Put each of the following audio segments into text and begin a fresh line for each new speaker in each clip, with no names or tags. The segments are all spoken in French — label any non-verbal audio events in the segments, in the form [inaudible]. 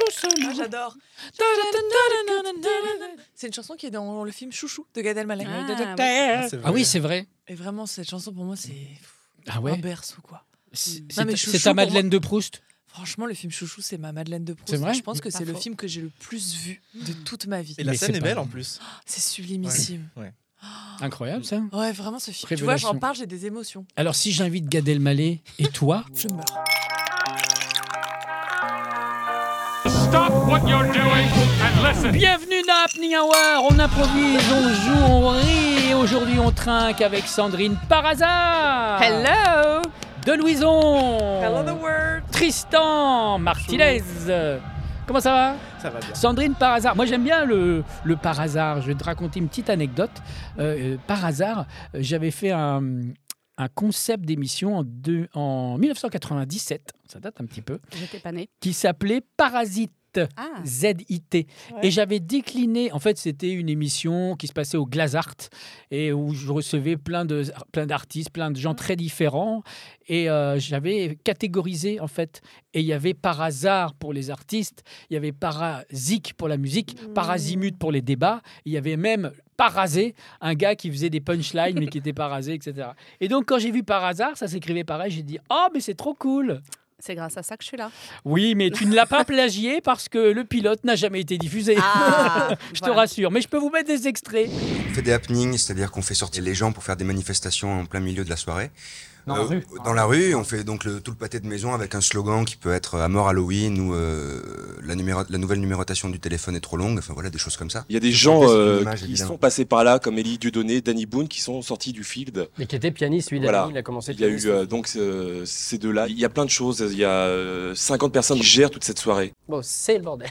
Ah,
solo.
J'adore. C'est une chanson qui est dans le film Chouchou de Gad Elmaleh.
Ah,
De Docteur.
Ah, c'est vrai.
Ah oui, c'est vrai.
Et vraiment, cette chanson pour moi, c'est
Ah
un
ouais.
berceau quoi.
C'est
Non, mais
c'est-
Chouchou,
c'est ta
pour moi-
Madeleine de Proust.
Franchement, le film Chouchou, c'est ma Madeleine de Proust.
C'est vrai
Je pense que
Pas
c'est le
faux.
film que j'ai le plus vu de toute ma vie.
Et la
Mais
scène
c'est
est
pas-
belle en plus.
C'est sublimissime.
Incroyable ça.
Ouais. vraiment ce film. Tu vois,
Révélation.
j'en parle, j'ai des émotions.
Alors si j'invite Gad Elmaleh et toi,
Je meurs.
Stop what you're doing and listen.
Bienvenue dans Happening Hour, on improvise, on joue, on rit et aujourd'hui on trinque avec Sandrine par hasard
Hello.
De Louison
Hello the world.
Tristan Martinez Comment ça va
Ça va bien.
Sandrine par hasard. Moi j'aime bien le, le par hasard. Je vais te raconter une petite anecdote. Euh, euh, par hasard, euh, j'avais fait un, un concept d'émission en, deux- en 1997, ça date un petit peu,
J'étais pas née.
qui s'appelait Parasite.
Ah.
ZIT. Et j'avais décliné, en fait, c'était une émission qui se passait au Glazart et où je recevais plein de plein d'artistes, plein de gens très différents. Et euh, j'avais catégorisé, en fait. Et il y avait par hasard pour les artistes, il y avait parasique pour la musique, parasimude pour les débats, il y avait même parasé, un gars qui faisait des punchlines mais qui était parasé, etc. Et donc, quand j'ai vu par hasard, ça s'écrivait pareil, j'ai dit Oh, mais c'est trop cool
C'est grâce à ça que je suis là.
oui, mais tu ne l'as pas plagié parce que le pilote n'a jamais été diffusé.
Ah,
[laughs] je te
[laughs] voilà.
rassure, mais je peux vous mettre des extraits.
On fait des happenings, c'est-à-dire qu'on fait sortir les gens pour faire des manifestations en plein milieu de la soirée.
Dans la
Euh,
rue.
Dans la rue, on fait donc le- tout le pâté de maison avec un slogan qui peut être euh, à mort Halloween ou euh, la, numéro- la nouvelle numérotation du téléphone est trop longue, enfin voilà, des choses comme ça.
Il y a des
Je
gens
portais sur
euh,
l'image,
qui
évidemment.
sont passés par là, comme Ellie Dieudonné, Danny Boone, qui sont sortis du field.
Et qui était pianiste, lui,
Voilà.
Dani, il a commencé
Il y a eu
pianiste.
euh, donc euh, ces deux-là. Il y a plein de choses. Il y a euh, 50 personnes qui gèrent toute cette soirée.
Bon, c'est le bordel.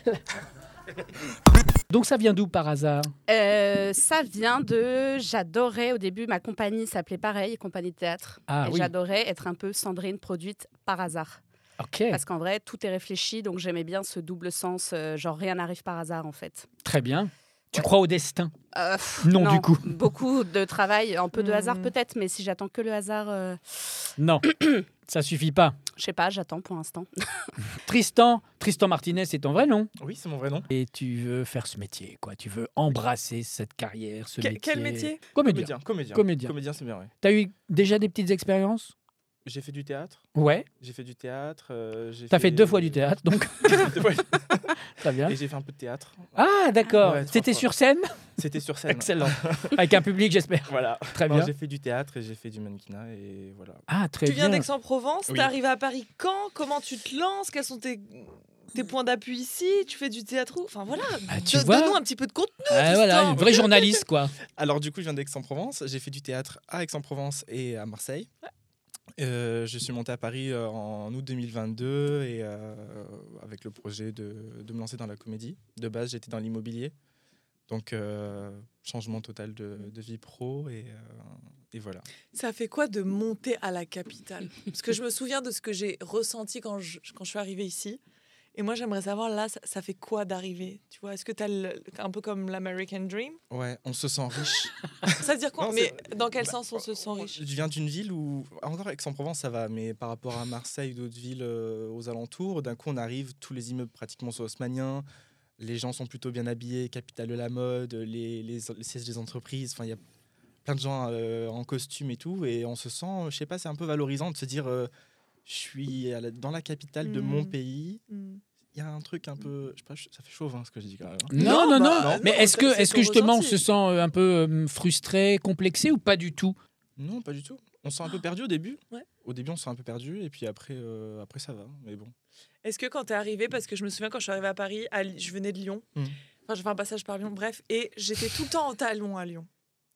Donc ça vient d'où par hasard
Euh, ça vient de. J'adorais au début, ma compagnie s'appelait pareil, compagnie de théâtre.
Ah
et
oui.
j'adorais être un peu Sandrine produite par hasard.
Ok,
Parce qu'en vrai, tout est réfléchi, donc j'aimais bien ce double sens, euh, genre rien n'arrive par hasard en fait.
très bien. Tu crois au destin
Euh, pff,
Non, du coup.
[laughs] Beaucoup de travail, un peu de hasard
Mhm.
peut-être, mais si j'attends que le hasard, euh,
Non, ça suffit pas.
je sais pas, j'attends pour l'instant.
Tristan, Tristan Martinez, c'est ton vrai nom
Oui, c'est mon vrai nom.
Et tu veux faire ce métier, quoi. Tu veux embrasser cette carrière, ce
Quel-
métier.
quel métier
Comédien.
Comédien, comédien.
Comédien.
c'est bien, ouais.
T'as eu déjà des petites expériences
J'ai fait du théâtre.
Ouais.
J'ai fait du théâtre. euh, j'ai
T'as fait deux fois du théâtre, donc
[laughs] Deux fois.
très [laughs] bien.
Et j'ai fait un peu de théâtre.
Ah d'accord.
Ouais, trois
C'était
fois.
sur
[laughs]
scène
C'était sur scène.
Excellent. Avec un public, j'espère.
Voilà.
Très
Non,
bien.
J'ai fait du théâtre et j'ai fait du mannequinat et voilà.
Ah très
Tu viens
bien.
d'Aix-en-Provence,
Oui.
t'es arrivé à Paris quand Comment tu te lances Quels sont tes, tes points d'appui ici Tu fais du théâtre où Enfin voilà,
Ah, tu vois
do- donne-nous un petit peu de contenu.
Ah, voilà, une vraie journaliste, quoi.
Alors du coup, je viens d'Aix-en-Provence. J'ai fait du théâtre à Aix-en-Provence et à Marseille. Euh, je suis monté à Paris euh, en août 2022 et euh, avec le projet de, de me lancer dans la comédie. De base, j'étais dans l'immobilier, donc euh, changement total de, de vie pro et, euh, et voilà.
Ça fait quoi de monter à la capitale Parce que je me souviens de ce que j'ai ressenti quand je, quand je suis arrivée ici. Et moi, j'aimerais savoir, là, ça, ça fait quoi d'arriver Tu vois, est-ce que t'as le- un peu comme l'American Dream
Ouais, on se sent riche.
Ça veut dire quoi
Non,
Mais
c'est-
dans quel
Bah,
sens on se sent riche
Je viens d'une ville où, encore Aix-en-Provence, ça va, mais par rapport à Marseille, d'autres villes euh, aux alentours, d'un coup, on arrive, tous les immeubles pratiquement sont haussmanniens, les gens sont plutôt bien habillés, capitale de la mode, les, les, les sièges des entreprises, enfin, il y a plein de gens euh, en costume et tout, et on se sent, je sais pas, c'est un peu valorisant de se dire, euh, je suis à la- dans la capitale de mon
Mhm.
pays,
Hmm.
il y a un truc un peu, je sais pas, ça fait chauvin ce que je dis quand même.
[laughs]
hein.
Non, non, non.
bah,
mais
non,
est-ce que,
c'est- c'est
est-ce
ton
que justement on
ressenti.
se sent euh, un peu euh, frustré, complexé ou pas du tout
Non, pas du tout. On se sent un peu perdu au début.
Ah. Ouais.
Au début, on se sent un peu perdu, et puis après, euh, après ça va, mais bon.
Est-ce que quand t'es arrivé, parce que je me souviens quand je suis arrivée à Paris, à Li- je venais de Lyon,
Mm.
enfin j'ai fait un passage par Lyon, bref, et j'étais tout le temps en talons à Lyon.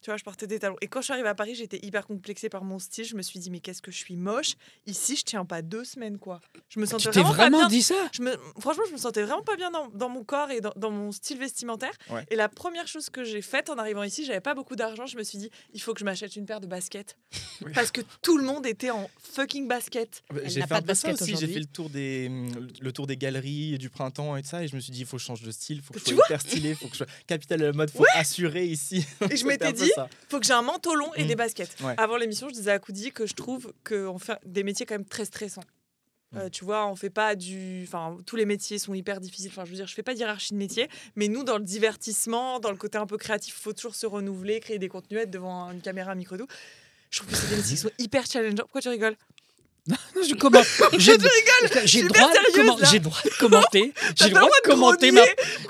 Tu vois, je portais des talons. Et quand je suis arrivée à Paris, j'étais hyper complexée par mon style. Je me suis dit, mais qu'est-ce que je suis moche Ici, je tiens pas deux semaines, quoi. Je me sentais
Tu t'es
vraiment, pas
vraiment
bien.
dit ça
Je me... Franchement, je me sentais vraiment pas bien dans, dans mon corps et dans, dans mon style vestimentaire.
Ouais.
Et la première chose que j'ai faite en arrivant ici, j'avais pas beaucoup d'argent. Je me suis dit, il faut que je m'achète une paire de baskets.
Oui.
Parce que tout le monde était en fucking
[laughs]
basket.
Ah bah,
Elle
J'ai
n'a
fait
pas
un
de
peu ça
basket
aussi. J'ai
aujourd'hui.
fait le tour des hum, le tour des galeries du printemps et tout ça et je me suis dit il faut que je change de style, faut que je
Tu
sois hyper stylé, faut
[laughs]
que je sois capital de la mode, faut assurer ici. [laughs]
Et je
C'était un
m'étais
peu
dit,
ça.
faut que j'ai un manteau long et
Mm.
des baskets.
Ouais.
Avant l'émission, je disais à Koudi que je trouve qu'on fait des métiers quand même très stressants.
Mm.
Euh, tu vois, on fait pas du. Enfin, tous les métiers sont hyper difficiles. Enfin, je veux dire, je fais pas de hiérarchie de métier, mais nous, dans le divertissement, dans le côté un peu créatif, faut toujours se renouveler, créer des contenus, être devant une caméra, un micro, tout. Je trouve que c'est des métiers qui sont hyper challengeants. Pourquoi tu rigoles
Je commente. J'ai
[laughs] Je
j'ai
suis
droit,
bien
de
sérieuse,
comment-
là.
j'ai droit de
[laughs]
commenter. J'ai
le
droit de commenter. ma-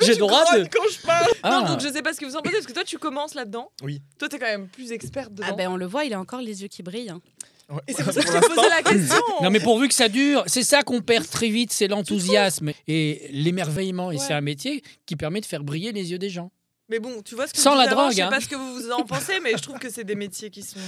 J'ai
le
droit de.
quand je parle.
Ah.
Non, donc je sais pas ce que vous en pensez parce que toi tu commences là-dedans.
Oui.
Toi t'es quand même plus experte dedans.
Ah ben on le voit, il a encore les yeux qui brillent. hein.
[laughs]
Et
[laughs]
c'est pour ça que
Pour
je t'ai posé la question.
Non mais pourvu que ça dure, c'est ça qu'on perd très vite, c'est l'enthousiasme et l'émerveillement. Et
Ouais.
c'est un métier qui permet de faire briller les yeux des gens.
Mais bon, tu vois ce que
Sans
je
la
disais avant,
drogue,
Je sais
hein.
pas ce que vous en pensez, mais je trouve que c'est des métiers qui sont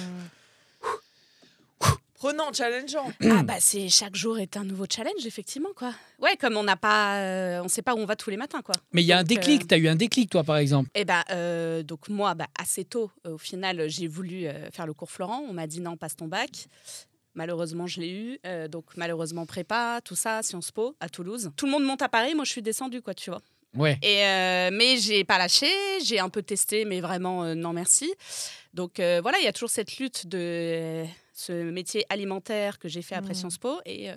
prenants, challengeants.
Ah bah c'est chaque jour est un nouveau challenge effectivement quoi. Ouais comme on n'a pas, euh, on sait pas où on va tous les matins quoi.
Mais il y a un
Donc,
déclic,
euh,
tu as eu un déclic toi par exemple.
Eh ben, euh, donc moi, bah, assez tôt, euh, au final, j'ai voulu euh, faire le cours Florent. On m'a dit non, passe ton bac. Malheureusement, je l'ai eu. Euh, donc malheureusement, prépa, tout ça, Sciences Po, à Toulouse. Tout le monde monte à Paris, moi je suis descendue, quoi, tu vois.
Ouais.
Et euh, mais j'ai pas lâché, j'ai un peu testé, mais vraiment euh, non merci. Donc euh, voilà, il y a toujours cette lutte de euh, ce métier alimentaire que j'ai fait après
Mhm.
Sciences Po et euh,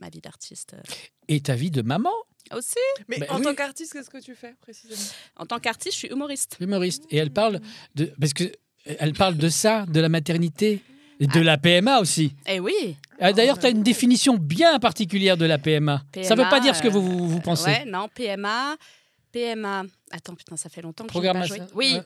ma vie d'artiste euh,
Et ta vie de maman,
aussi.
Mais
Bah
en
oui.
tant qu'artiste, qu'est-ce que tu fais précisément
En tant qu'artiste, je suis humoriste.
humoriste. Et elle parle de parce que elle parle de ça, de la maternité, et de la PMA aussi.
Eh oui.
Ah, D'ailleurs, tu as une définition bien particulière de la PMA. ça veut
PMA,
pas dire ce que vous,
euh,
vous, vous pensez.
Ouais, non, PMA, PMA. Attends, putain, ça fait longtemps que je pas joué.
Programmation,
Oui,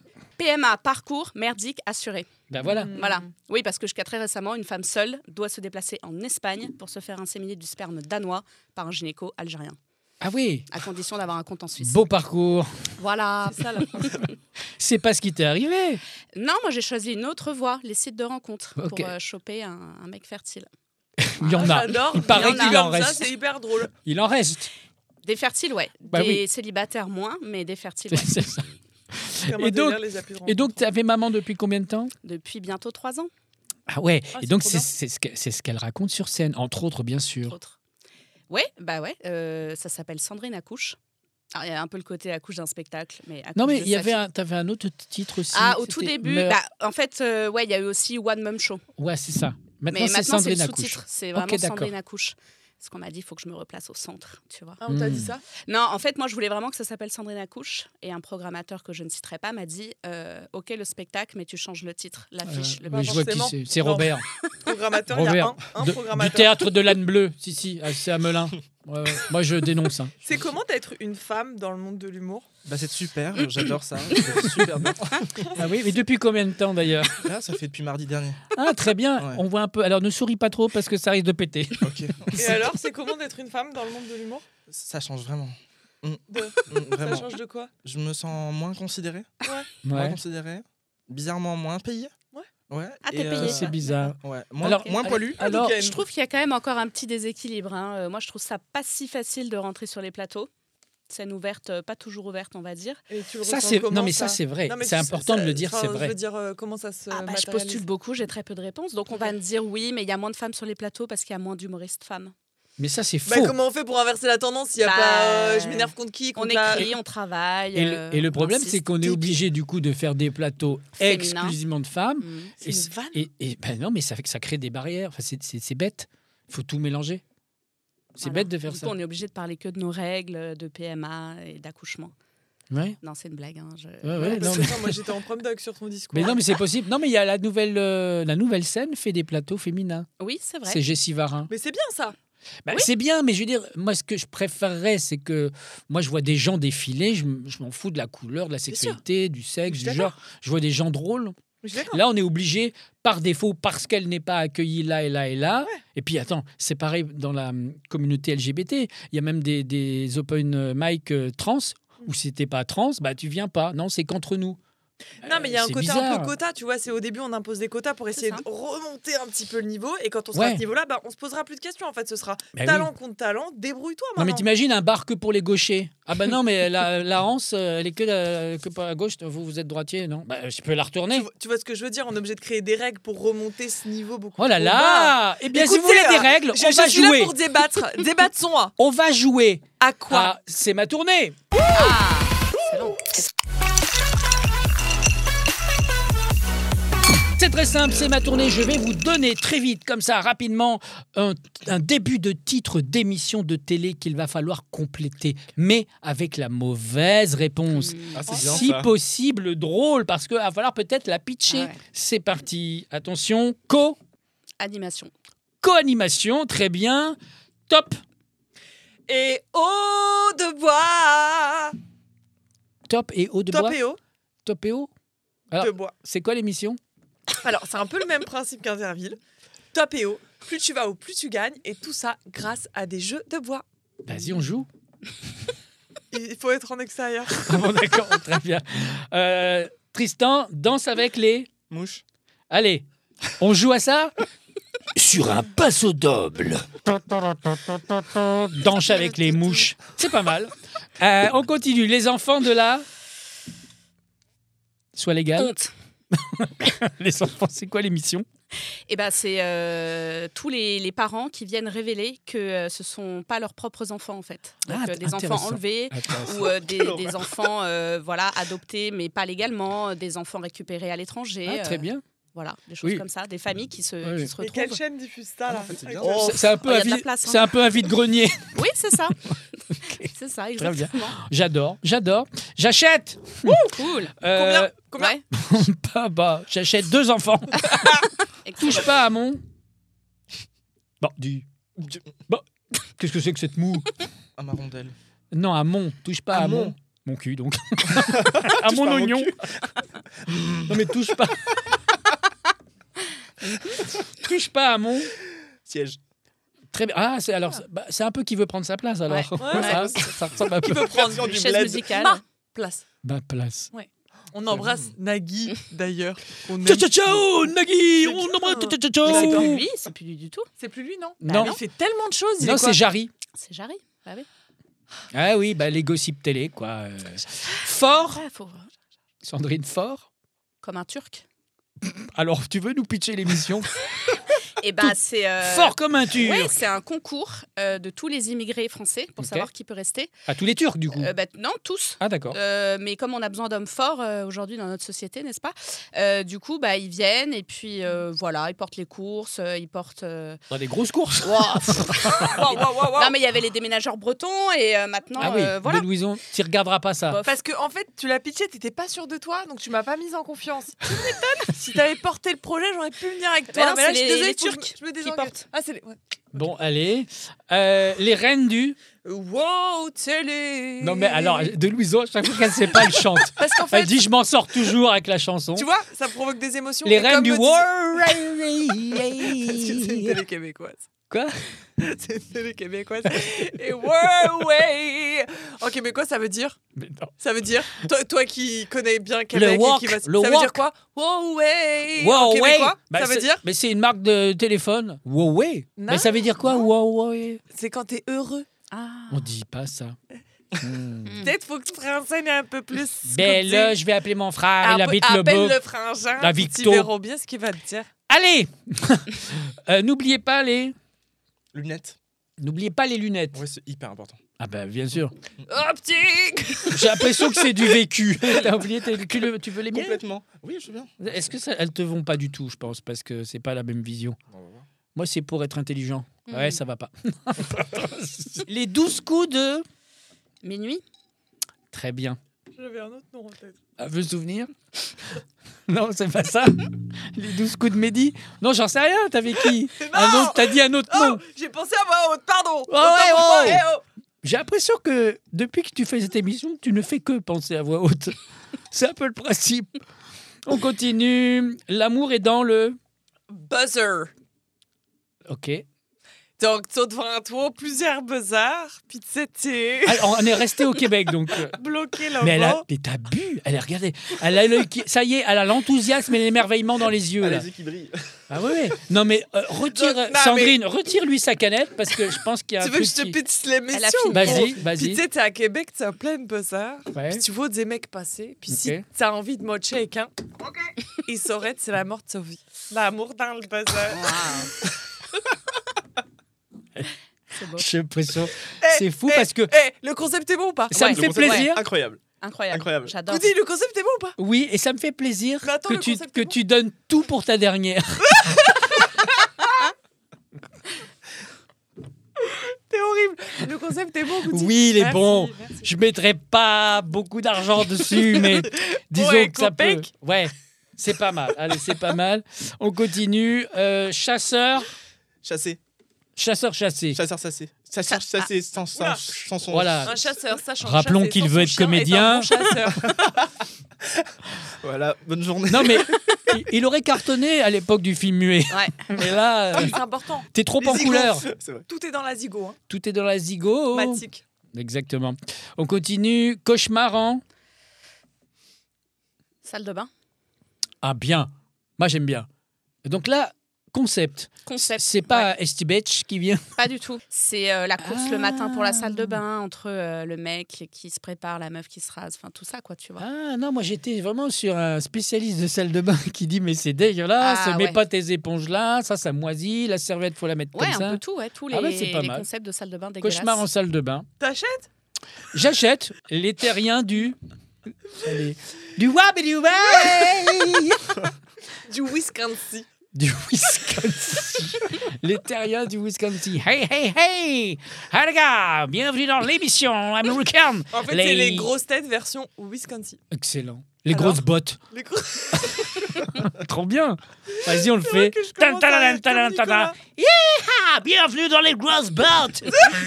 ouais.
PMA, parcours merdique assuré.
Ben voilà.
Hmm.
Voilà. Oui, parce que jusqu'à très récemment, une femme seule doit se déplacer en Espagne pour se faire inséminer du sperme danois par un gynéco algérien,
Ah oui.
à condition d'avoir un compte en Suisse.
Beau parcours.
Voilà.
C'est ça la France.
C'est pas ce qui t'est arrivé.
[laughs] Non, moi j'ai choisi une autre voie, les sites de rencontres,
Ok.
pour euh, choper un, un mec fertile.
Il y en a.
Ah,
Ah, J'adore.
Il paraît
y a
qu'il en
comme Ça
reste.
c'est hyper
[laughs]
drôle.
Il en
[laughs]
reste.
Des fertiles, ouais.
Bah
des célibataires, moins, mais des
[laughs]
fertiles, ouais.
C'est ça.
Comme
Et
un
donc-
délire, les appuis de
Et
rencontre.
donc, tu avais maman depuis combien de temps
Depuis bientôt trois ans,
Ah ouais.
Oh,
Ah,
Et
c'est
donc,
trop
c'est
bien.
c'est ce que- c'est ce qu'elle raconte sur scène, entre autres, bien
entre
sûr.
autres. Ouais, bah ouais, euh, ça s'appelle Sandrine Accouche. Alors, il y a un peu le côté accouche d'un spectacle, mais accouche
Non, mais
de
il y
sa
avait
fille.
un, avais un autre titre aussi.
Ah, au tout
c'était
début,
Meurs.
bah, en fait, euh, ouais, il y a eu aussi One Mum Show.
Ouais, c'est ça. Maintenant,
mais
c'est
maintenant, c'est
Sandrine
le
Accouche.
sous-titre. C'est
Ok,
vraiment
d'accord.
Sandrine Accouche. Parce qu'on m'a dit, il faut que je me replace au centre, tu vois.
Ah, on t'a
Hmm.
dit ça
Non, en fait, moi, je voulais vraiment que ça s'appelle Sandrine Accouche. Et un programmateur que je ne citerai pas m'a dit euh, Ok, le spectacle, mais tu changes le titre, l'affiche,
Euh,
le
mais je vois qui
forcément.
c'est. C'est
Non.
Robert.
Programmateur, il y a
Robert,
un, un
De- du
programmateur.
théâtre de l'âne bleu. Si, si, ah, c'est à Melun. Ouais, ouais. Moi, je dénonce. hein.
C'est comment d'être une femme dans le monde de
[laughs]
l'humour
Bah, c'est super,
[laughs]
j'adore ça. c'est super bien.
Ah oui, mais depuis combien de temps d'ailleurs
Là, ça fait depuis mardi dernier.
Ah, très bien.
Ouais.
On voit un peu. Alors, ne souris pas trop parce que ça risque de péter.
Ok.
Et alors, c'est comment d'être une femme dans le monde de l'humour
Ça change vraiment. Mm,
De-
mm,
Ça
vraiment.
change de quoi
Je me sens moins considéré. Moins
Ouais.
considéré. Bizarrement moins payé.
Ouais.
Ouais.
Ah, t'es
Et, euh,
payé.
C'est bizarre.
Ouais. Moins,
Alors-
moins poilu.
Alors,
Ok.
Je trouve qu'il y a quand même encore un petit déséquilibre. hein. Euh, moi, je trouve ça pas si facile de rentrer sur les plateaux. Scène ouverte, euh, pas toujours ouverte, on va dire.
Et tu le
ça
ressens
c'est
comment,
non mais ça c'est vrai.
Non, mais
C'est
tu-
important de
ça-
le dire,
enfin,
c'est
Je
vrai.
veux dire, euh, comment ça se.
Ah bah, je
matérialise
postule beaucoup, j'ai très peu de réponses. Donc, on va me dire oui, mais il y a moins de femmes sur les plateaux parce qu'il y a moins d'humoristes femmes.
Mais ça c'est
Bah,
faux.
comment on fait pour inverser la tendance s'il n'y a
Bah,
pas. euh, je m'énerve contre qui
On
contre la-
écrit, on travaille.
Et le,
euh,
et le
on
problème, c'est
insiste.
qu'on est obligé du coup de faire des plateaux
Féminin.
exclusivement de femmes.
Mm.
C'est
Et,
une
c'est-
vanne
et- et- ben non, mais ça fait que ça crée des barrières. Enfin, c'est- c'est c'est bête. faut tout mélanger. C'est
Voilà.
bête de faire
Du
ça.
coup, on est obligé de parler que de nos règles de PMA et d'accouchement.
Ouais.
Non, c'est une blague. hein, je-
Ouais,
Ouais,
ouais, non,
parce que,
mais...
attends, Moi j'étais en prom doc sur ton discours.
mais non, mais c'est possible. Non, mais il y a la nouvelle, euh, la nouvelle scène fait des plateaux féminins.
Oui, c'est vrai.
C'est Jessie Varin.
Mais c'est bien ça.
Bah, C'est bien, mais je veux dire, moi, ce que je préférerais, c'est que moi, je vois des gens défiler. Je, m- je m'en fous de la couleur, de la
sûr.
sexualité, du sexe,
Je
du
suis
genre. Je vois des gens drôles.
Je suis d'accord.
Là, on est obligé, par défaut, parce qu'elle n'est pas accueillie là et là et là.
Ouais.
Et puis, attends, c'est pareil dans la hum, communauté LGBT. Il y a même des, des open mic euh, trans où si t'es pas trans, bah tu viens pas. Non, c'est qu'entre nous. Euh,
Non, mais il y a un
c'est
côté un
bizarre.
peu quota, tu vois. C'est au début, on impose des quotas pour essayer
ça.
de remonter un petit peu le niveau. Et quand on sera à
Ouais.
ce niveau-là, bah, on se posera plus de questions. En fait, ce sera
Bah oui.
talent contre talent. Débrouille-toi
Non, mais
maintenant.
t'imagines un bar que pour les gauchers. Ah bah non, mais
[laughs]
la, la hanse, euh, elle est que, la- que pas à gauche. Vous, vous êtes droitier, non Bah, je peux la
tu,
retourner.
vois, tu vois ce que je veux dire On est obligé de créer des règles pour remonter ce niveau beaucoup
Oh là
plus bas.
là Eh bien, si vous
Écoutez,
voulez des
euh,
règles,
Je,
on
je
va
suis
jouer.
là pour débattre.
[laughs]
Débattons
On va jouer.
à quoi
Ah, c'est ma tournée.
Excellent.
c'est très simple, c'est ma tournée. Je vais vous donner très vite, comme ça, rapidement, un, un début de titre d'émission de télé qu'il va falloir compléter, mais avec la mauvaise réponse.
Mmh.
Ah, c'est bien
Si
ça.
possible, drôle, parce qu'il va falloir peut-être la pitcher.
Ah ouais.
C'est parti. Attention, co-
Animation.
co-animation, très bien. Top,
Et haut de bois
top et haut de
Top
bois.
et haut
Top et haut. Alors-
de bois.
C'est quoi l'émission
Alors, c'est un peu le même principe qu'Interville. Top et haut. Plus tu vas haut, plus tu gagnes. Et tout ça grâce à des jeux de bois.
Vas-y, on joue.
Il faut être en extérieur.
Ah bon, d'accord, très bien. Euh, Tristan, danse avec les.
Mouche.
Allez, on joue à ça
Sur un passo doble.
Danse avec les mouches. C'est pas mal. Euh, on continue. Les enfants de la. Soit légal.
Honte.
[laughs] Les enfants, c'est quoi l'émission
Eh ben, c'est euh, tous les, les parents qui viennent révéler que euh, ce sont pas leurs propres enfants, en fait. Donc,
Ah,
euh, des enfants
intéressant.
enlevés
Ah,
ou euh, des, des enfants euh, voilà, adoptés, mais pas légalement, euh, des enfants récupérés à l'étranger.
Ah, très
euh,
bien.
voilà, des choses
Oui.
comme ça, des familles qui se,
Oui.
qui se
Et quelle
retrouvent.
chaîne diffuse ça, là
c'est bien.
Avec-
C'est- C'est un
Oh,
peu
y
un
a de la
vide-
place, hein.
c'est un peu un vide grenier.
Oui,
[laughs]
c'est ça. C'est ça,
Très bien.
exactement.
J'adore, j'adore. J'achète.
Cool.
Euh,
Combien Combien
Ouais,
bah, bah, j'achète deux enfants.
excellent.
Touche pas à mon. Bon, du. Bon, qu'est-ce que c'est que cette moue
Un marondelle.
Non, à mon. Touche pas à,
À
mon.
mon.
Mon cul, donc. [laughs] à
pas
mon
à mon
oignon. non, mais touche pas. touche pas à mon.
Siège.
Très bien. Ah, c'est alors, c'est- bah, c'est un peu qui veut prendre sa place alors.
Ouais. Ouais,
[laughs] ça, ça ressemble un peu à
prendre
Chaise
bled.
musicale.
Ma place.
ma place.
On embrasse [laughs] Nagui, d'ailleurs. qu'on aime.
Ciao, ciao, ciao, Nagui,
C'est
on
bien.
embrasse. Ciao, ciao,
Mais c'est
ciao.
plus lui, c'est plus lui du tout.
C'est plus lui, Bah non
Non,
Il fait tellement de choses. il
non,
est quoi
c'est Jarry.
C'est Jarry. Bah oui.
Ah oui, bah, les gossips télé, quoi. euh. Fort,
Ouais, faut-
Sandrine Fort.
Comme un Turc.
Alors, tu veux nous pitcher l'émission
Et bah, c'est. euh,
Fort comme un turc
Ouais, c'est un concours euh, de tous les immigrés français pour
Ok.
savoir qui peut rester.
À tous les Turcs, du coup.
Euh, bah, non, tous.
ah, d'accord.
Euh, mais comme on a besoin d'hommes forts euh, aujourd'hui dans notre société, n'est-ce pas Euh, Du coup, bah, ils viennent et puis euh, voilà, ils portent les courses, euh, ils portent. euh,
Dans des grosses courses. [laughs]
[laughs]
Waouh, waouh, waouh, waouh.
Non, mais il y avait les déménageurs bretons et euh, maintenant,
ah oui,
euh, voilà.
de Louison, tu regarderas pas ça.
Bof.
Parce que en fait, tu l'as pitché, t'étais pas sûr de toi, donc tu m'as pas mise en confiance. Tu m'étonnes. si t'avais porté le projet, j'aurais pu venir avec toi.
non,
mais là,
c'est
je suis
les-
désolée,
les
faut que
Turcs
je me- je me
qui
désengueule.
portent.
Ah, c'est les. ouais.
Bon, allez. Euh, les reines du.
Wow, télé.
Non, mais alors, de Louison, à chaque fois qu'elle sait pas, elle chante.
Parce
[laughs]
qu'en
Elle
fait,
dit Je m'en sors toujours avec la chanson.
tu vois, ça provoque des émotions.
Les
Et
reines
comme
du
me disait- Parce que [laughs] c'est une
War.
télé québécoise.
Quoi
[laughs] C'est une télé québécoise. Et Huawei En québécois, ça veut dire
Mais non.
Ça veut dire Toi, toi qui connais bien Québec et
wok,
qui va-
le
Ça veut
wok.
dire quoi Huawei
Huawei.
En québécois,
Bah,
ça veut
c'est-
dire
Mais c'est une marque de téléphone. Huawei.
Non.
Mais ça veut dire quoi, Huawei
C'est quand t'es heureux.
Hmm.
Ah.
On dit pas ça. Hmm.
Mm.
Peut-être faut que tu te renseignes un peu plus. ce que
Belle,
tu dis.
Ben, je vais appeler mon frère,
Ah,
il
Appe-
habite le
Appelle
beau.
le frangin.
La
puis
Victo.
Tu verras bien ce qu'il va te dire.
Allez [laughs] Euh, N'oubliez pas les.
Lunettes.
N'oubliez pas les lunettes.
Ouais, c'est hyper important.
Ah ben bien sûr.
Optique
J'ai l'impression que c'est du vécu. [laughs] T'as oublié, tes- tu, le- tu veux les miennes
Complètement. Oui, je veux bien.
Est-ce que ça, elles te vont pas du tout, je pense, parce que c'est pas la même vision.
On va voir.
Moi, c'est pour être intelligent. Ouais,
Mhm.
ça va pas. [laughs] les douze coups de.
Minuit.
Très bien.
J'avais un autre nom en tête.
Un Ah, veux souvenir [laughs] Non, c'est pas ça. Les douze coups de Mehdi Non, j'en sais rien. T'avais [laughs] qui Un
Non
autre. T'as dit un autre
Oh
nom.
J'ai pensé à voix haute, pardon
ouais, oh.
Eh oh.
J'ai l'impression que depuis que tu fais cette émission, tu ne fais que penser à voix haute. [laughs] C'est un peu le principe. On continue. L'amour est dans le.
Buzzer
Ok.
Donc, tu as devant un toit plusieurs buzzers, puis tu sais, t'es [laughs]
Alors, Ah, on est resté au Québec, donc. euh,
bloqué
Mais elle
là-bas.
a, mais t'as bu. Elle a regardé. Elle a l'œil qui- ça y est, elle a l'enthousiasme et l'émerveillement dans les yeux là.
Allez-y qui brille.
Ah ouais. ouais. Non mais euh, retire
Non, non, mais-
Sandrine, retire-lui sa canette parce que je pense qu'il y a
Tu
un
veux que
truc
je te
qui-
pitche
Elle a
l'émission
fini.
Vas-y,
Puis tu
vas-y.
sais, t'es à Québec, t'as plein de buzzers.
Ouais.
Puis tu vois des mecs passer. Puis
Ok.
si t'as envie de mocher avec un, [laughs] ils sauraient que c'est la mort de sa vie. L'amour dans le buzzer.
[laughs] C'est beau.
J'ai l'impression.
Eh,
C'est fou
eh,
parce que
Eh, le concept est bon ou pas
ça me
ouais,
fait
le concept-
plaisir.
Incroyable.
Incroyable.
Incroyable.
J'adore.
Goody, le concept est bon ou pas
Oui, et ça me fait plaisir
Mais attends,
que,
le
tu,
concept
que
est bon.
tu donnes tout pour ta dernière.
T'es horrible. Le concept est bon, Goody.
Oui, il est
Merci,
bon.
merci.
Je mettrai pas beaucoup d'argent dessus, mais disons
Ouais,
que ça peut.
Copec.
Ouais, c'est pas mal. Allez, c'est pas mal. On continue. Euh, chasseur,
Chassé.
chasseur chassé.
Chasseur, chassé. Chasseur, chassé, sans, sans,
Oula.
sans son.
Ah, Voilà.
Un chasseur, sachant
Rappelons
chasser
qu'il
sans
veut
son
être
chien, est un
comédien.
bon chasseur.
Voilà, bonne journée.
Non, mais il, il aurait cartonné à l'époque du film muet.
Ouais.
Mais là, euh, [laughs]
C'est important.
t'es trop en
Les igos.
couleur.
C'est vrai.
Tout est dans la zigo. Hein.
Tout est dans la zigo.
Matic.
Exactement. On continue. Cauchemarant.
Salle de bain.
Ah, bien. Moi, j'aime bien. Donc là, concept.
Concept.
C'est pas Esti Betch qui vient.
Pas du tout. C'est euh, la course le matin pour
Ah.
la salle de bain entre euh, le mec qui se prépare, la meuf qui se rase, enfin tout ça quoi, tu vois.
Ah non, moi j'étais vraiment sur un spécialiste de salle de bain [laughs] qui dit mais c'est dégueulasse,
Ah,
mets
ouais.
pas tes éponges là, ça ça moisit, la serviette faut la mettre
ouais,
Ah, comme
un
ça.
peu tout, ouais, tous les,
Ah ouais, c'est pas
les
mal.
concepts de salle de bain dégueulasses.
Cauchemar en salle de bain.
T'achètes
J'achète les terriens du Allez. du wab et du wab
Du Wisconsin.
[laughs] du Wisconsin. les terriens du Wisconsin. Hey hey hey, ah, les gars, bienvenue dans l'émission américaine.
En fait, c'est les grosses têtes version Wisconsin.
Excellent. Les
Alors
grosses bottes.
Les grosses
Trop bien. Vas-y, on le fait.
que je
Tan,
commence
tan,
à
tan,
être
tan,
comme
tan, tan.
Nicolas.
Yeah Bienvenue dans les grosses
[laughs]
bottes.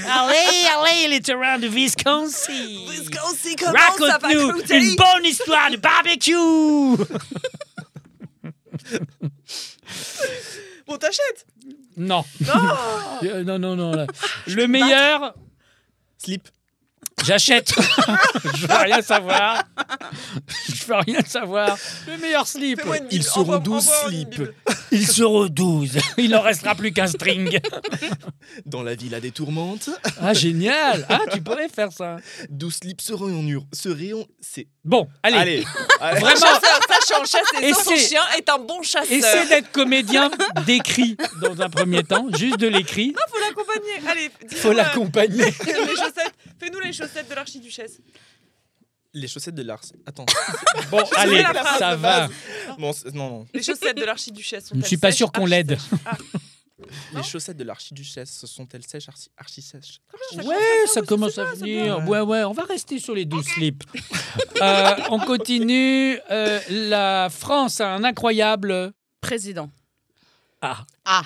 allez, allez, les terrains de Wisconsin.
Wisconsin, comment ça va
Raconte-nous une
Cloutier
bonne histoire de
[laughs]
barbecue.
On t'achète
Non,
Non
Euh, non, non, non. là. Le meilleur,
Slip.
[laughs]
j'achète. Je veux rien savoir. Je veux rien savoir. Le meilleur slip.
Fais-moi une
Ils
Bible.
seront
Envoie-
douze
envoie une
slips.
Bible.
Ils seront 12. Il en restera plus qu'un string.
Dans la villa des tourmentes,
Ah, génial. Ah, tu pourrais faire ça.
12 slips seront en ur. Seront en- C'est.
Bon, allez. [laughs]
Allez. Allez.
Un
Vraiment,
chasseur,
[laughs]
sachant chasser sans son
Essaie-
chien, est un bon chasseur.
Essaie d'être comédien d'écrit dans un premier temps, juste de l'écrit.
Faut l'accompagner. Allez,
Faut
dis-nous,
l'accompagner.
euh, les chaussettes. Fais-nous les chaussettes de l'archiduchesse.
Les chaussettes de Lars.
[laughs]
Attends.
Bon, allez,
la phrase
ça
de
va.
base.
Bon, c'est- non, non.
Les chaussettes de l'archiduchesse sont
Je ne suis pas
sèches,
sûr qu'on
archi
l'aide.
sèches Ah,
Les chaussettes de l'archiduchesse sont-elles sèches, archi, archi sèches
Ah, ça
Ouais, ça commence à venir. Ouais, ouais, on va rester sur les douze slips. Euh, on continue. Euh, la France a un incroyable.
Président.
Ah,
Ah,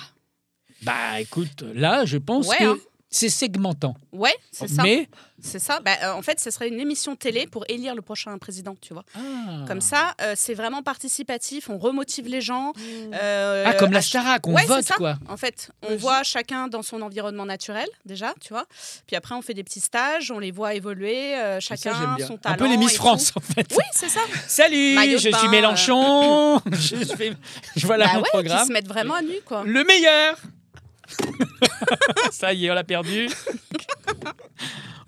bah écoute, là, je pense
Ouais,
que
hein.
c'est segmentant.
ouais, c'est ça.
Mais.
C'est ça. Bah, euh, en fait, ce serait une émission télé pour élire le prochain président, tu vois.
Ah.
Comme ça, euh, c'est vraiment participatif, on remotive les gens. euh,
Ah, comme la
à
Starac, on
Ouais, c'est
vote,
ça.
quoi.
En fait, on
Logique.
voit chacun dans son environnement naturel, déjà, tu vois. Puis après, on fait des petits stages, on les voit évoluer, euh,
Ça, j'aime
chacun
bien.
son talent.
Un peu les Miss
et
France, en fait.
tout. Oui, c'est ça.
Salut,
Maillot de
je
bain,
suis
[laughs]
euh.
Mélenchon. je, fais, je vois là
Bah
mon
ouais, qui
programme.
se mettent vraiment à nu, quoi.
Le
[laughs]
meilleur. ça y est, on l'a perdu.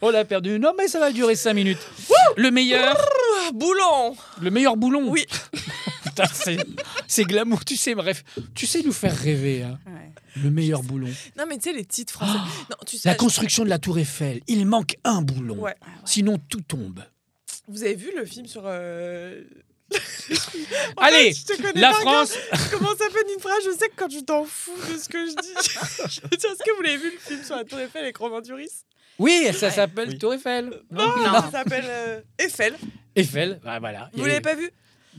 on l'a perdu. Non, mais ça va durer 5 minutes. le meilleur,
Ah, Boulon
le meilleur boulon.
Oui.
[laughs] Putain, c'est- c'est glamour, tu sais, bref, tu sais nous faire rêver. hein.
Ouais.
Le meilleur boulon.
Non, mais tu sais, les titres français. Non, tu sais,
Oh, La
je-
construction de la Tour Eiffel. Il manque un boulon.
Ouais.
Sinon tout tombe.
Vous avez vu le film sur. euh, [laughs] En
Allez,
fait, je te connais
La
par cœur.
France,
Je commence à peine une phrase, je sais que quand tu t'en fous de ce que je dis. [laughs] je veux dire, est-ce que vous l'avez vu le film sur la Tour Eiffel avec Romain Duris
oui, ça s'appelle
Oui.
Tour Eiffel.
Non,
Non.
ça s'appelle euh, Eiffel.
Eiffel, ah, voilà.
Vous
Et-
l'avez pas vu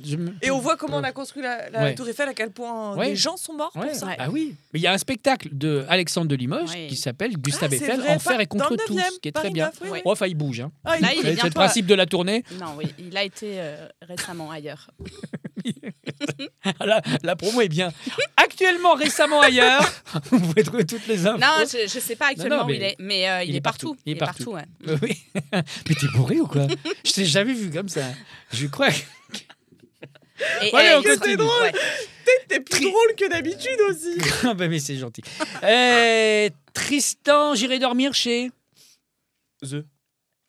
je me-
Et on voit comment on a construit la, la
Ouais.
Tour Eiffel, à quel point
Ouais.
les gens sont morts
Ouais.
pour ça.
Ah oui, mais il y a un spectacle de Alexandre de Limoges
Ouais.
qui s'appelle
Ah,
Gustave
c'est
Eiffel,
vrai,
Enfer
pas-
et contre
dans le
tous,
9e,
qui est très
Paris
bien.
9, oui,
Ouais.
oui.
Oh, enfin, il bouge. Hein.
Ah, il-
Là, il est
C'est le
bientôt à-
principe de la
[laughs]
tournée.
Non, oui, il a été euh, récemment ailleurs.
Ah, La, la promo est bien. Actuellement, récemment ailleurs, [laughs] vous pouvez trouver toutes les infos.
Non, je, je sais pas actuellement
Ah, non,
où
mais-
il est, mais euh, il, est partout. Il est partout, ouais.
Euh, oui. [laughs] Mais t'es bourré ou quoi Je t'ai jamais vu comme ça. Je crois que... [laughs]
Et,
Allez,
euh,
on
il sera-
continue.
ouais.
T'es plus drôle que d'habitude
[laughs]
aussi.
Ah, bah, mais c'est gentil. Euh, Tristan, j'irai dormir chez...
The.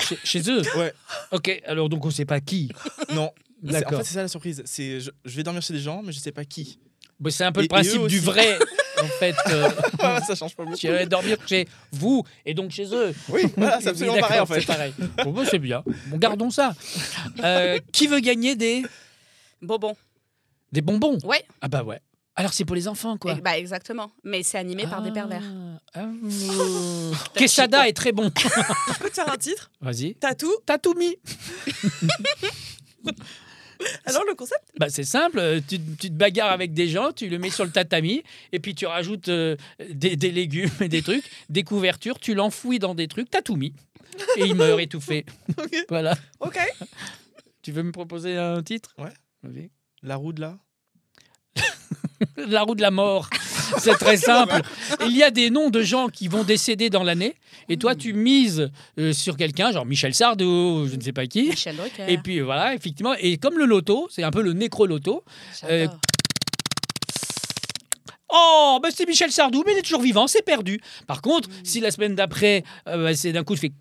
chez... chez eux
Ouais.
Ok, alors donc on sait pas qui.
Non. C'est- En
D'accord. [laughs]
fait, c'est ça la surprise. C'est je, je vais dormir chez des gens, mais je sais pas qui.
Bah, c'est un peu
Et-
le
et eux
principe du
[laughs] aussi.
vrai en fait, euh,
Ah, ça change pas beaucoup.
j'irai dormir chez vous et donc chez eux.
Oui, voilà, Ah, c'est
Oui,
absolument
d'accord,
pareil en
C'est
fait. [laughs]
pareil. Bon, bah, c'est bien. Bon, gardons ça. Euh, qui veut gagner des,
Bonbon.
des bonbons
Ouais.
Ah bah ouais. Alors c'est pour les enfants, quoi.
Eh, bah, exactement. Mais c'est animé par des
Ah,
pervers. [laughs]
ah, euh, Quesada est très bon.
Je peux te faire un titre
Vas-y.
Tatou
T'as tout mis.
Alors le concept
Bah, c'est simple, euh, tu, tu te bagarres avec des gens, tu le mets sur le tatami, et puis tu rajoutes euh, des, des légumes et des trucs, des couvertures, tu l'enfouis dans des trucs, t'as tout mis. Et il meurt
[laughs]
étouffé.
Ok.
Voilà.
Ok.
Tu veux me proposer un titre
Ouais.
Vas-y.
La roue de là
La roue de la mort. [laughs] C'est très simple. Il y a des noms de gens qui vont décéder dans l'année, et toi tu mises euh, sur quelqu'un, genre Michel Sardou, je ne sais pas qui.
Michel Drucker.
Et puis euh, voilà, effectivement, et comme le loto, c'est un peu le nécroloto,
J'adore.
Oh, bah c'est Michel Sardou, mais il est toujours vivant, c'est perdu. Par
Mm.
contre, si la semaine d'après, euh, bah, c'est d'un coup, tu fais.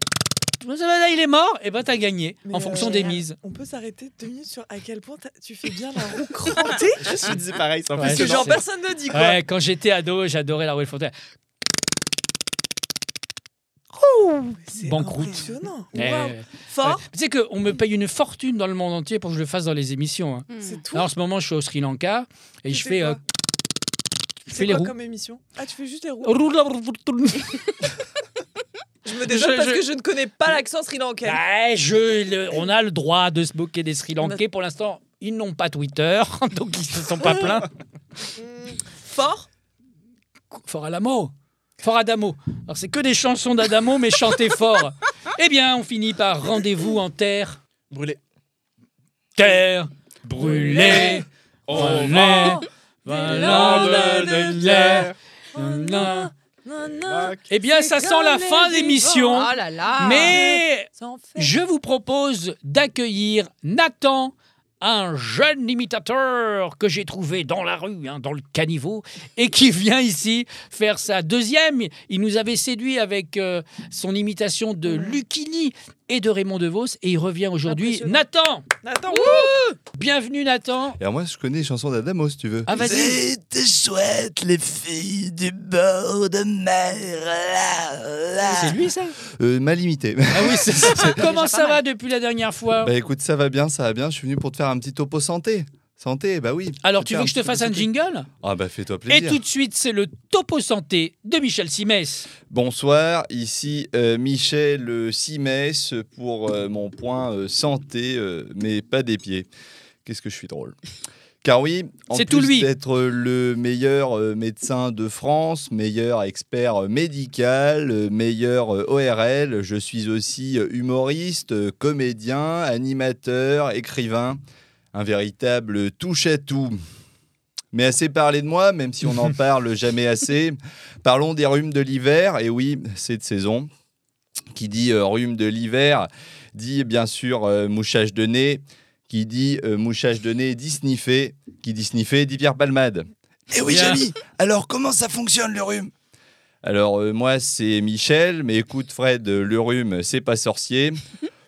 Là, il est mort, et ben t'as gagné,
Mais,
en
euh,
fonction des
génial.
mises.
On peut s'arrêter deux minutes sur à quel point t'as- tu fais bien la
[laughs]
roue crantée
Je me suis dit pareil, c'est
Oh, Ouais,
Parce que
c'est
genre
vrai.
personne ne dit quoi.
Ouais, quand j'étais ado, j'adorais la Royal Fontaine.
C'est
banqueroute.
impressionnant.
Eh,
Waouh.
ouais.
Fort,
Tu sais qu'on me paye une fortune dans le monde entier pour que je le fasse dans les émissions. hein.
Hmm.
c'est tout.
Là, en ce moment, je suis au Sri Lanka et
Tu
je
fais
fais.
quoi
euh, je
C'est
fais les
quoi
roues.
comme émission Ah, tu fais juste les roues.
Ouais,
Je me désole
Je-
parce
je-
que je ne connais pas l'accent sri-lankais.
je, le- on a le droit de se moquer des Sri
On
Lankais. Pour l'instant, ils n'ont pas Twitter, [laughs] donc ils se sont pas plaints.
Mm. Fort
Fort Alamo. Fort Adamo. Alors c'est que des chansons d'Adamo, mais chantées fort. Eh bien, on finit par rendez-vous en terre.
Brûlé.
Terre brûlée.
Oh.
Voilà. Voilà de l'hier. Voilà.
Non, non.
Eh bien, ça sent la fin de l'émission.
Oh là là.
Mais
Ça en fait.
je vous propose d'accueillir Nathan, un jeune imitateur que j'ai trouvé dans la rue, hein, dans le caniveau, et qui vient ici faire sa deuxième. Il nous avait séduit avec euh, son imitation de Lucchini et de Raymond DeVos, et il revient aujourd'hui.
Impressionnant.
Nathan
Attends,
Bienvenue Nathan
Et alors moi, je connais les chansons d'Adamo, si tu veux.
Ah vas-y
C'était chouette, les filles du bord de mer. là, là.
C'est lui ça
Euh, mal imité.
Ah oui, c'est- c'est- c'est- Comment ça
mal.
va depuis la dernière fois
[laughs] bah écoute, ça va bien, ça va bien. Je suis venu pour te faire un petit topo santé. Santé, bah oui.
Alors tu veux
Faire
que je te
petit
fasse
topo
un
santé.
jingle
Ah bah fais-toi
Et
plaisir.
tout de suite, c'est le topo santé de Michel Simès.
Bonsoir, ici euh, Michel euh, Simès pour euh, mon point euh, santé, euh, mais pas des pieds. Qu'est-ce que je suis drôle. Car oui, en
C'est
plus
tout lui.
d'être le meilleur euh, médecin de France, meilleur expert euh, médical, euh, meilleur euh, ORL, je suis aussi euh, humoriste, euh, comédien, animateur, écrivain, un véritable touche-à-tout. Mais assez parlé de moi, même si
[laughs]
on n'en parle jamais assez. Parlons des rhumes de l'hiver, et oui, c'est de saison. Qui dit euh, rhume de l'hiver dit bien sûr euh, mouchage de nez, qui dit euh, mouchage de nez dit sniffer, qui dit sniffer dit Pierre Palmade.
Eh oui,
Bien.
Jamy, alors comment ça fonctionne le rhume
Alors euh, moi c'est Michel, mais écoute Fred, euh, le rhume c'est pas sorcier.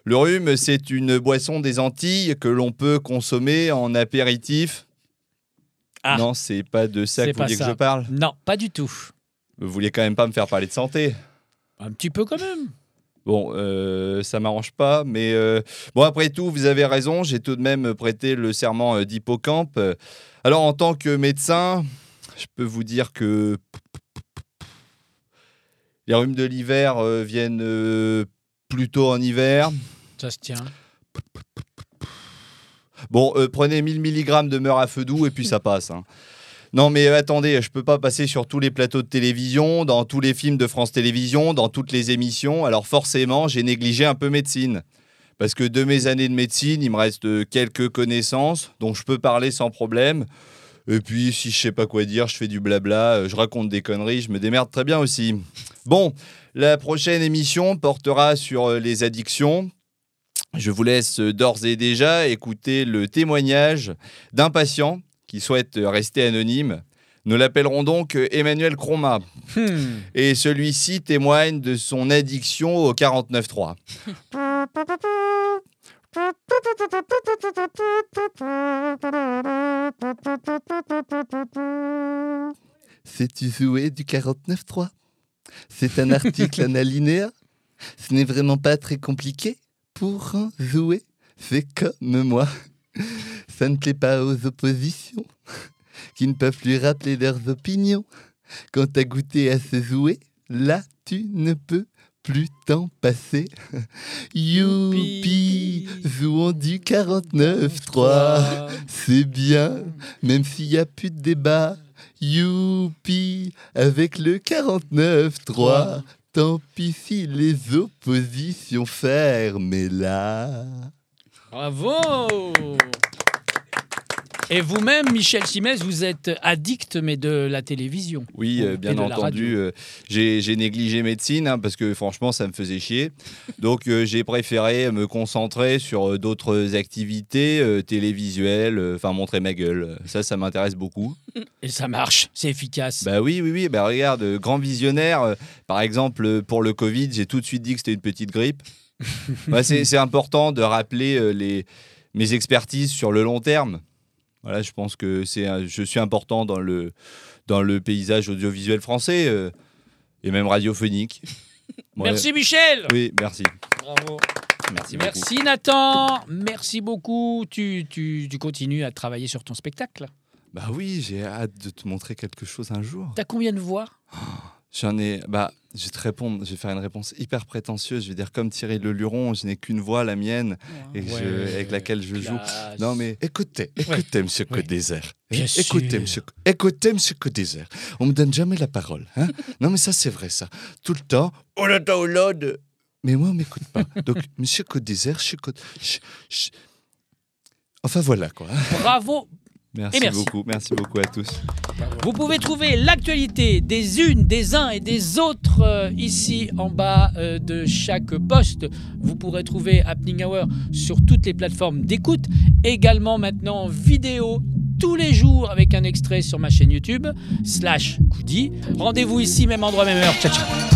Le rhume c'est une boisson des Antilles que l'on peut consommer en apéritif.
Ah.
Non, c'est pas de ça
C'est
que vous
pas
voulez que
ça.
je parle.
Non, pas du tout.
Vous voulez quand même pas me faire parler de santé.
Un petit peu quand même.
Bon, euh, ça m'arrange pas, mais euh, bon, après tout, vous avez raison, j'ai tout de même prêté le serment euh, d'hippocampe. Euh, Alors, en tant que médecin, je peux vous dire que les rhumes de l'hiver euh, viennent euh, plutôt en hiver.
Ça se tient.
Bon, euh, prenez 1000 mg de beurre à feu doux et puis ça passe. hein. Non mais euh, attendez, je peux pas passer sur tous les plateaux de télévision, dans tous les films de France Télévisions, dans toutes les émissions, alors forcément j'ai négligé un peu médecine. Parce que de mes années de médecine, il me reste euh, quelques connaissances dont je peux parler sans problème. Et puis si je sais pas quoi dire, je fais du blabla, euh, je raconte des conneries, je me démerde très bien aussi. Bon, la prochaine émission portera sur euh, les addictions. Je vous laisse euh, d'ores et déjà écouter le témoignage d'un patient qui souhaite euh, rester anonyme. Nous l'appellerons donc euh, Emmanuel Croma.
Hmm.
Et celui-ci témoigne de son addiction au 49.3.
C'est-tu joué du 49.3 C'est un article en alinéa Ce n'est vraiment pas très compliqué pour un jouer. C'est comme moi. Ça ne plaît pas aux oppositions qui ne peuvent lui rappeler leurs opinions. Quand t'as goûté à ce jouet, là tu ne peux plus t'en passer. Youpi, jouons du 49.3. C'est bien, même s'il n'y a plus de débat. Youpi, avec le 49.3. Tant pis si les oppositions ferment là.
Bravo Et vous-même, Michel Simès, vous êtes addict, mais de la télévision.
Oui, euh,
Et
bien
de la radio.
entendu. euh, j'ai j'ai négligé médecine hein, parce que franchement, ça me faisait chier. Donc, euh, j'ai préféré me concentrer sur euh, d'autres activités euh, télévisuelles, euh, enfin, montrer ma gueule. Ça, ça m'intéresse beaucoup.
Et ça marche, c'est efficace.
Bah oui, oui, oui. Bah regarde, euh, grand visionnaire. euh, par exemple, euh, pour le Covid, j'ai tout de suite dit que c'était une petite
[laughs]
grippe. Bah, c'est c'est important de rappeler euh, les, mes expertises sur le long terme. Voilà, je pense que c'est un- je suis important dans le, dans le paysage audiovisuel français euh, et même radiophonique. Ben,
[laughs]
Ouais.
Merci, Michel
Oui, merci.
Bravo.
Merci beaucoup.
Merci Nathan, merci beaucoup. Tu, tu, tu continues à travailler sur ton spectacle.
Bah oui, j'ai hâte de te montrer quelque chose un jour.
T'as combien de voix
J'en ai. Bah, je vais te répondre. Je vais faire une réponse hyper prétentieuse. Je vais dire comme Thierry Leluron, je n'ai qu'une voix, la mienne, et que je-
Ouais,
avec laquelle je joue.
classe.
Non, mais écoutez,
Écoutez, monsieur
Ouais.
Codésert.
Bien
écoutez,
sûr.
monsieur, écoutez, monsieur Codésert. On me donne jamais la parole. hein. non, mais ça, c'est vrai, ça. Tout le temps,
Oh
on entend au lord. Mais moi, on m'écoute pas. Donc, monsieur Codésert, je suis. co- je- je- Enfin, voilà, quoi.
Bravo.
hein. Merci,
Et merci.
beaucoup. Merci beaucoup à tous.
Vous pouvez trouver l'actualité des unes, des uns et des autres euh, ici en bas euh, de chaque poste. Vous pourrez trouver Happening Hour sur toutes les plateformes d'écoute, également maintenant en vidéo tous les jours avec un extrait sur ma chaîne YouTube slash Koudi. Rendez-vous ici même endroit même heure. Ciao ciao.